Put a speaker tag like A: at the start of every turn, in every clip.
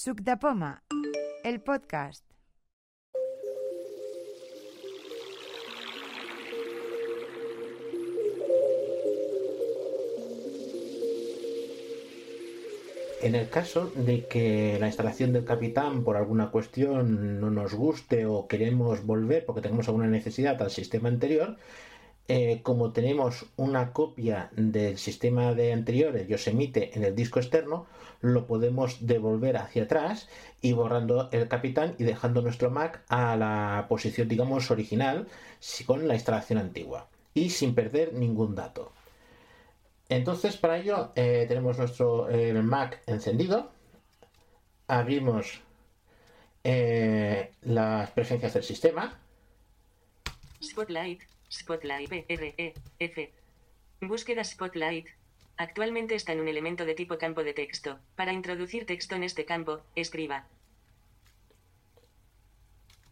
A: Suc de Poma, el podcast.
B: En el caso de que la instalación del capitán por alguna cuestión no nos guste o queremos volver porque tenemos alguna necesidad al sistema anterior, eh, como tenemos una copia del sistema de anteriores y se emite en el disco externo, lo podemos devolver hacia atrás y borrando el capitán y dejando nuestro Mac a la posición, digamos, original con la instalación antigua y sin perder ningún dato. Entonces, para ello, eh, tenemos nuestro eh, Mac encendido. Abrimos eh, las preferencias del sistema.
C: Spotlight, Spotlight, P, R, E, F. Búsqueda Spotlight. Actualmente está en un elemento de tipo campo de texto. Para introducir texto en este campo, escriba.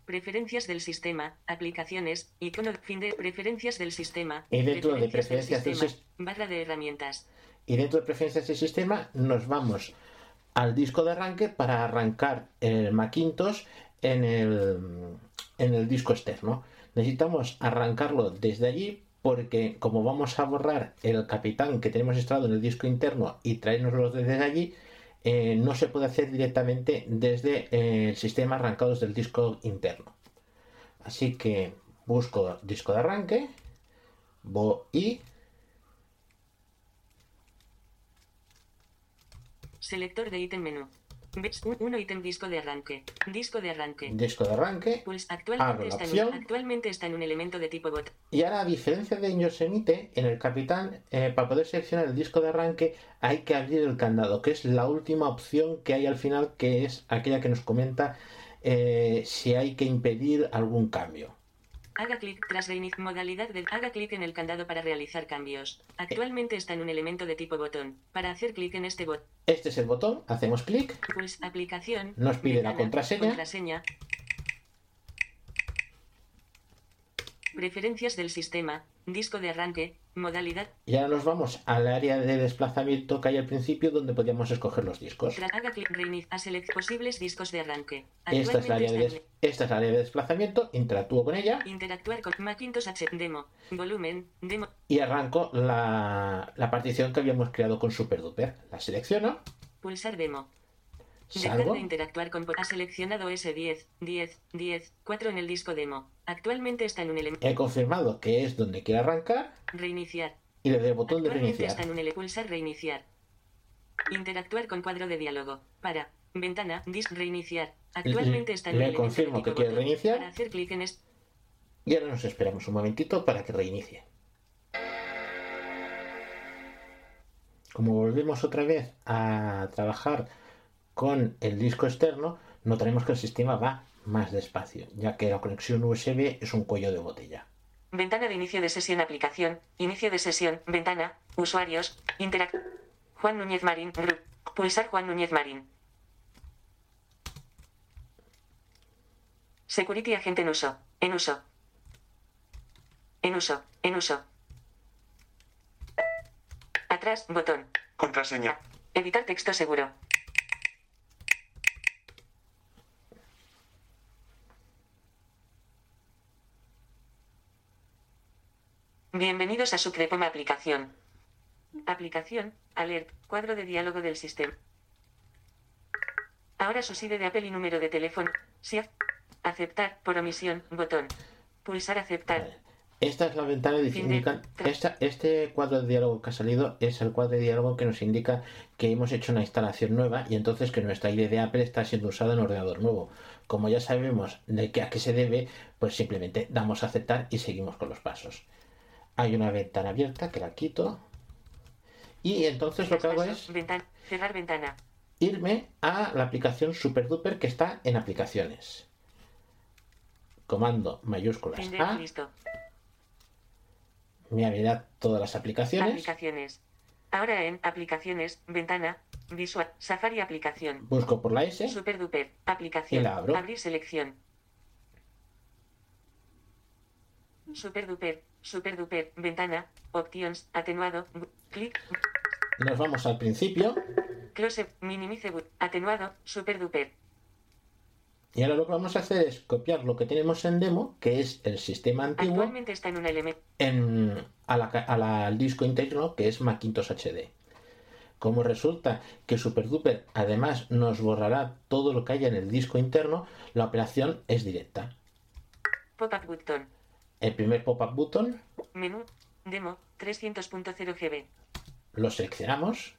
C: Preferencias del sistema, aplicaciones, icono, fin de preferencias del sistema.
B: Y dentro de preferencias del sistema,
C: barra de herramientas.
B: Y dentro de preferencias del sistema nos vamos al disco de arranque para arrancar el Macintosh en el, en el disco externo. Necesitamos arrancarlo desde allí porque como vamos a borrar el capitán que tenemos instalado en el disco interno y traernoslo desde allí, eh, no se puede hacer directamente desde eh, el sistema arrancados del disco interno. Así que busco disco de arranque, voy
C: Selector de ítem menú. Ves, un- Uno ítem disco de arranque. Disco de arranque.
B: disco de arranque
C: Pues
B: Mm. Abro
C: actualmente
B: la
C: está, en un,
B: opción.
C: actualmente está en un elemento de tipo bot.
B: y ahora a diferencia de Yosemite en el capitán eh, para poder seleccionar el disco de arranque hay que abrir el candado que es la última opción que hay al final que es aquella que nos comenta eh, si hay que impedir algún cambio
C: Haga clic tras reinic modalidad de haga clic en el candado para realizar cambios. Actualmente está en un elemento de tipo botón. Para hacer clic en este bot,
B: este es el botón hacemos clic
C: pues aplicación.
B: Nos pide la
C: ventana,
B: contraseña.
C: contraseña. Preferencias del sistema, disco de arranque, modalidad.
B: y ahora nos vamos al área de desplazamiento que hay al principio donde podíamos escoger los discos
C: Tra- haga clic reinic a select posibles discos de arranque.
B: esta es la área de,
C: está en-
B: des- esta es la área de desplazamiento interactúo con ella
C: Interactuar con Macintosh H demo, volumen, demo,
B: y arranco la, la partición que habíamos creado con SuperDuper. La selecciono,
C: pulsar demo. Dejar
B: salgo
C: de interactuar con... Ha seleccionado S10, 10, 10, 4 en el disco demo. Actualmente está en un elemento...
B: he confirmado que es donde quiero arrancar
C: Reiniciar.
B: y le doy el botón de
C: Actualmente está
B: reiniciar.
C: en un ele- Pulsar reiniciar. Interactuar con cuadro de diálogo. Para. Ventana. Dis reiniciar. Actualmente está en
B: le
C: un elemento
B: confirmo
C: de
B: que
C: tipo
B: quiere
C: botón.
B: reiniciar.
C: Para hacer clic en... es-
B: Y ahora nos esperamos un momentito para que reinicie. Como volvemos otra vez a trabajar con el disco externo, notaremos que el sistema va más despacio, ya que la conexión USB es un cuello de botella.
C: Ventana de inicio de sesión aplicación. Inicio de sesión. Ventana. Usuarios. Interact. Juan Núñez Marín. Group. Pulsar Juan Núñez Marín. Security agente en uso. En uso. En uso. En uso. Atrás. Botón.
D: Contraseña.
C: Editar texto seguro. Bienvenidos a Sucrepoma aplicación. Aplicación, alert, cuadro de diálogo del sistema. Ahora su SIDE de Apple y número de teléfono. Si ac- aceptar, por omisión, botón. Pulsar aceptar.
B: Vale. Esta es la ventana de
C: Fin de-
B: indica- esta- este cuadro de diálogo que ha salido es el cuadro de diálogo que nos indica que hemos hecho una instalación nueva y entonces que nuestra ID de Apple está siendo usada en ordenador nuevo. Como ya sabemos de qué a qué se debe, pues simplemente damos a aceptar y seguimos con los pasos. Hay una ventana abierta que la quito. Y entonces lo que hago es
C: Ventana, cerrar ventana.
B: irme a la aplicación SuperDuper que está en aplicaciones. Comando mayúsculas
C: Fin de,
B: A,
C: listo.
B: me abrirá todas las aplicaciones.
C: Aplicaciones. Ahora en aplicaciones, ventana, visual, Safari aplicación.
B: Busco por la S.
C: Super duper, aplicación.
B: ¿Eh? Y la abro.
C: Abrir selección. Super duper, super duper, ventana, options, atenuado, bu- clic,
B: Nos vamos al principio.
C: close, minimice, bu- atenuado, super duper.
B: Y ahora lo que vamos a hacer es copiar lo que tenemos en demo, que es el sistema antiguo,
C: Actualmente está en un elemento.
B: en- a la ca- a la- al disco interno, que es Macintosh HD. Como resulta que SuperDuper además nos borrará todo lo que haya en el disco interno, la operación es directa.
C: Pop-up button.
B: El primer pop-up button
C: Menú. Demo. 300.0 GB.
B: lo seleccionamos,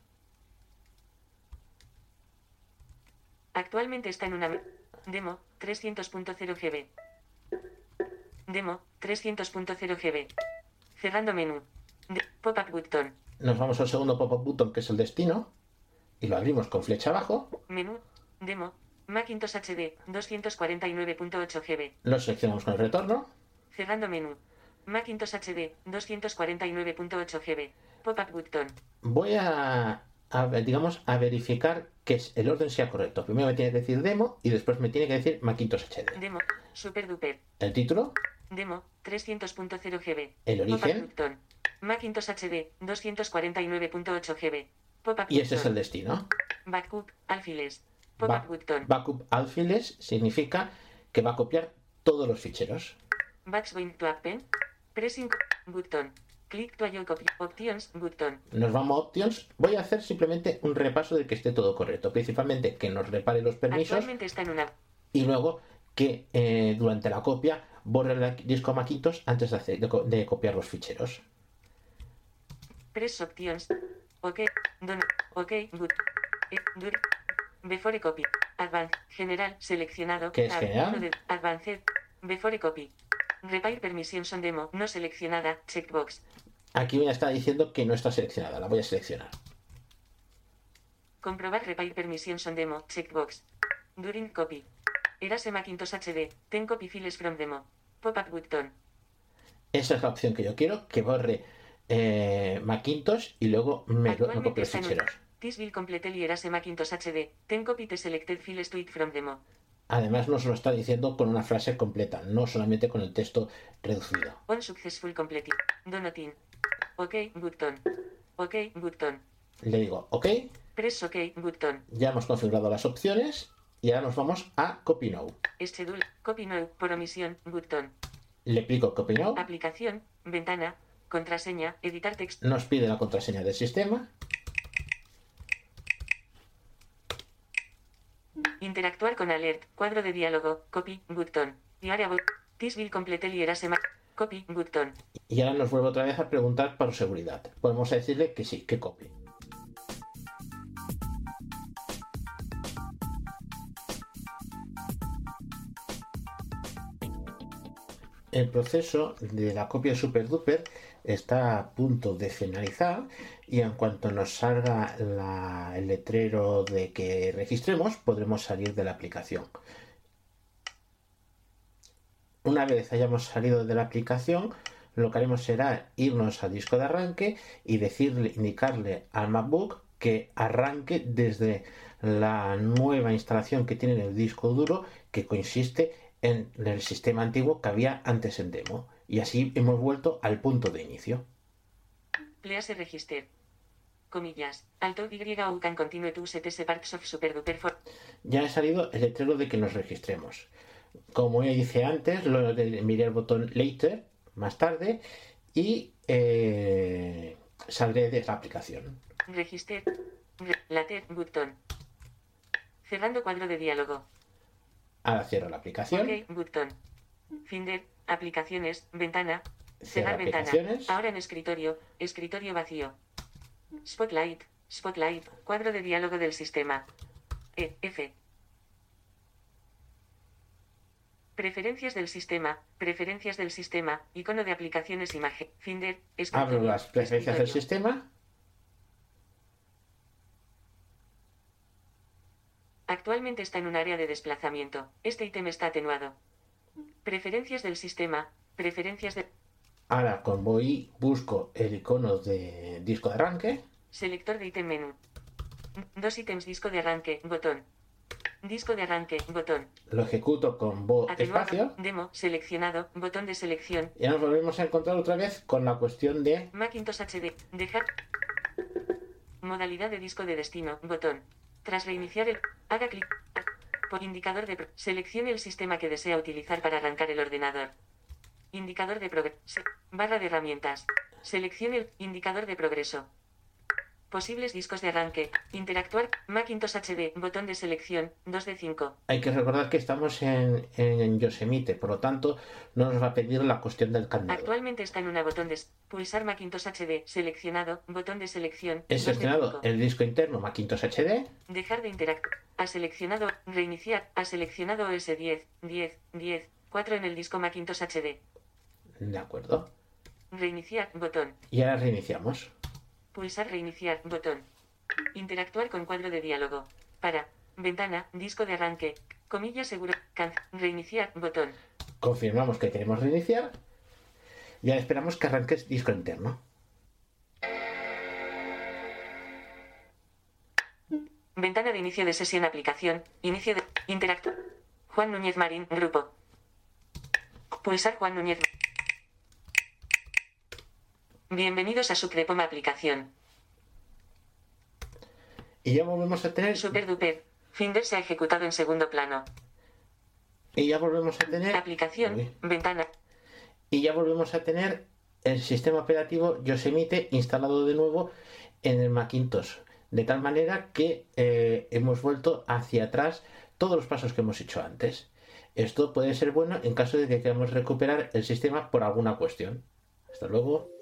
C: Actualmente está en una. Demo. 300.0 GB. Demo. 300.0 GB. Cerrando menú. De- Pop-up button.
B: nos vamos al segundo pop-up button, que es el destino, y lo abrimos con flecha abajo,
C: Menú. Demo. Macintosh HD. 249.8 GB.
B: lo seleccionamos con el retorno,
C: Cerrando menú. Macintosh HD. 249.8 GB. Pop-up button.
B: voy a, a ver, digamos, a verificar que es- el orden sea correcto. Primero me tiene que decir demo y después me tiene que decir Macintosh HD.
C: Demo. Super duper.
B: El título,
C: Demo, 300.0 GB.
B: el
C: Pop-up
B: origen
C: Button. Macintosh HD, 249.8 GB. Pop-up
B: y ese es el
C: button.
B: destino.
C: Backup, alfiles.
B: Ba-
C: Pop-up button.
B: Backup alfiles significa que va a copiar todos los ficheros.
C: Backswing to Apple. Pressing button. Click to your copy. Options button.
B: Nos vamos a options. Voy a hacer simplemente un repaso de que esté todo correcto. Principalmente que nos repare los permisos
C: Actualmente está en una.
B: y luego que eh, durante la copia borre el disco Macintosh antes de, hacer- de co- de copiar los ficheros.
C: Press options. OK. Don. OK. But. eh, dur- Before copy. Advance. General. Seleccionado.
B: ¿Qué es
C: Tab,
B: general?
C: uno de- Advanced. Before copy. Repair permission son demo. No seleccionada. Checkbox.
B: Aquí me está diciendo que no está seleccionada. La voy a seleccionar.
C: Comprobar repair permission on demo, checkbox. During copy. Erase Macintosh HD, ten copy files from demo. Pop-up button.
B: Esa es la opción que yo quiero, que borre eh, Macintosh y luego me, lo- me
C: Actualmente
B: copie los
C: está en un-
B: ficheros.
C: This will complete the erase Macintosh HD, ten copy the selected files to it from demo.
B: Además nos lo está diciendo con una frase completa, no solamente con el texto reducido.
C: On successful complete. Donotin. OK, button. OK, button.
B: Le digo, ok,
C: Press OK, button.
B: ya hemos configurado las opciones y ahora nos vamos a Copy Now.
C: Schedule, copy now, por omisión, button.
B: Le clico Copy Now,
C: Aplicación, ventana, contraseña, editar texto.
B: nos pide la contraseña del sistema,
C: Interactuar con alert. Cuadro de diálogo. Copy. Button. Diaria bo- This will complete the erase ma- Copy. Button.
B: Y ahora nos vuelve otra vez a preguntar por seguridad. Podemos decirle que sí, que copie. El proceso de la copia de SuperDuper está a punto de finalizar y en cuanto nos salga la- el letrero de que registremos podremos salir de la aplicación. Una vez hayamos salido de la aplicación, lo que haremos será irnos al disco de arranque y decirle, indicarle al MacBook que arranque desde la nueva instalación que tiene en el disco duro, que consiste en el sistema antiguo que había antes en demo. Y así hemos vuelto al punto de inicio.
C: Please register. Comillas. Alto Y o can continue to set ese parts of super duper for.
B: Ya ha salido el letrero de que nos registremos. Como ya hice antes, lo de- miré el botón later, más tarde, y eh, saldré de la aplicación.
C: Register. Re- later. Button. Cerrando cuadro de diálogo.
B: Ahora cierro la aplicación.
C: OK. Button. Finder. Aplicaciones. Ventana.
B: Cierra
C: Cerrar ventana.
B: aplicaciones.
C: Ahora en escritorio. Escritorio vacío. Spotlight. Spotlight. Cuadro de diálogo del sistema. E, F. Preferencias del sistema. Preferencias del sistema. Icono de aplicaciones imagen. Finder.
B: Abro Ah, las preferencias del
C: escritorio.
B: sistema.
C: Actualmente está en un área de desplazamiento. Este ítem está atenuado. Preferencias del sistema. Preferencias de...
B: Ahora con voy busco el icono de disco de arranque.
C: Selector de ítem menú. Dos ítems disco de arranque, botón. Disco de arranque, botón.
B: Lo ejecuto con bo Oh, espacio.
C: Atenuado, demo, seleccionado, botón de selección.
B: Y nos volvemos a encontrar otra vez con la cuestión de
C: Macintosh HD, dejar. Modalidad de disco de destino. Botón. Tras reiniciar el... Haga clic. Por indicador de... pro- Seleccione el sistema que desea utilizar para arrancar el ordenador. Indicador de progreso. Barra de herramientas. Seleccione el indicador de progreso. Posibles discos de arranque. Interactuar. Macintosh HD. Botón de selección. 2 de 5.
B: Hay que recordar que estamos en, en Yosemite, por lo tanto, no nos va a pedir la cuestión del candado.
C: Actualmente está en una botón de... s- Pulsar Macintosh HD. Seleccionado. Botón de selección.
B: He
C: 2 de
B: seleccionado
C: 5.
B: el disco interno Macintosh HD,
C: Dejar de interactuar. Ha seleccionado. Reiniciar. Ha seleccionado OS 10. 10. 10. 4 en el disco Macintosh HD.
B: de acuerdo.
C: Reiniciar. Botón.
B: Y ahora reiniciamos.
C: Pulsar reiniciar, botón. Interactuar con cuadro de diálogo. Para. Ventana, disco de arranque. Comillas seguro. Can, reiniciar, botón.
B: Confirmamos que queremos reiniciar. Y ahora esperamos que arranque el disco interno.
C: Ventana de inicio de sesión aplicación. Inicio de. Interactuar. Juan Núñez Marín, grupo. Pulsar Juan Núñez. Bienvenidos a Sucrepoma aplicación.
B: Y ya volvemos a tener.
C: Super duper. Finder se ha ejecutado en segundo plano.
B: Y ya volvemos a tener.
C: Aplicación,
B: Uy.
C: ventana,
B: Y ya volvemos a tener el sistema operativo Yosemite instalado de nuevo en el Macintosh. De tal manera que eh, hemos vuelto hacia atrás todos los pasos que hemos hecho antes. Esto puede ser bueno en caso de que queramos recuperar el sistema por alguna cuestión. Hasta luego.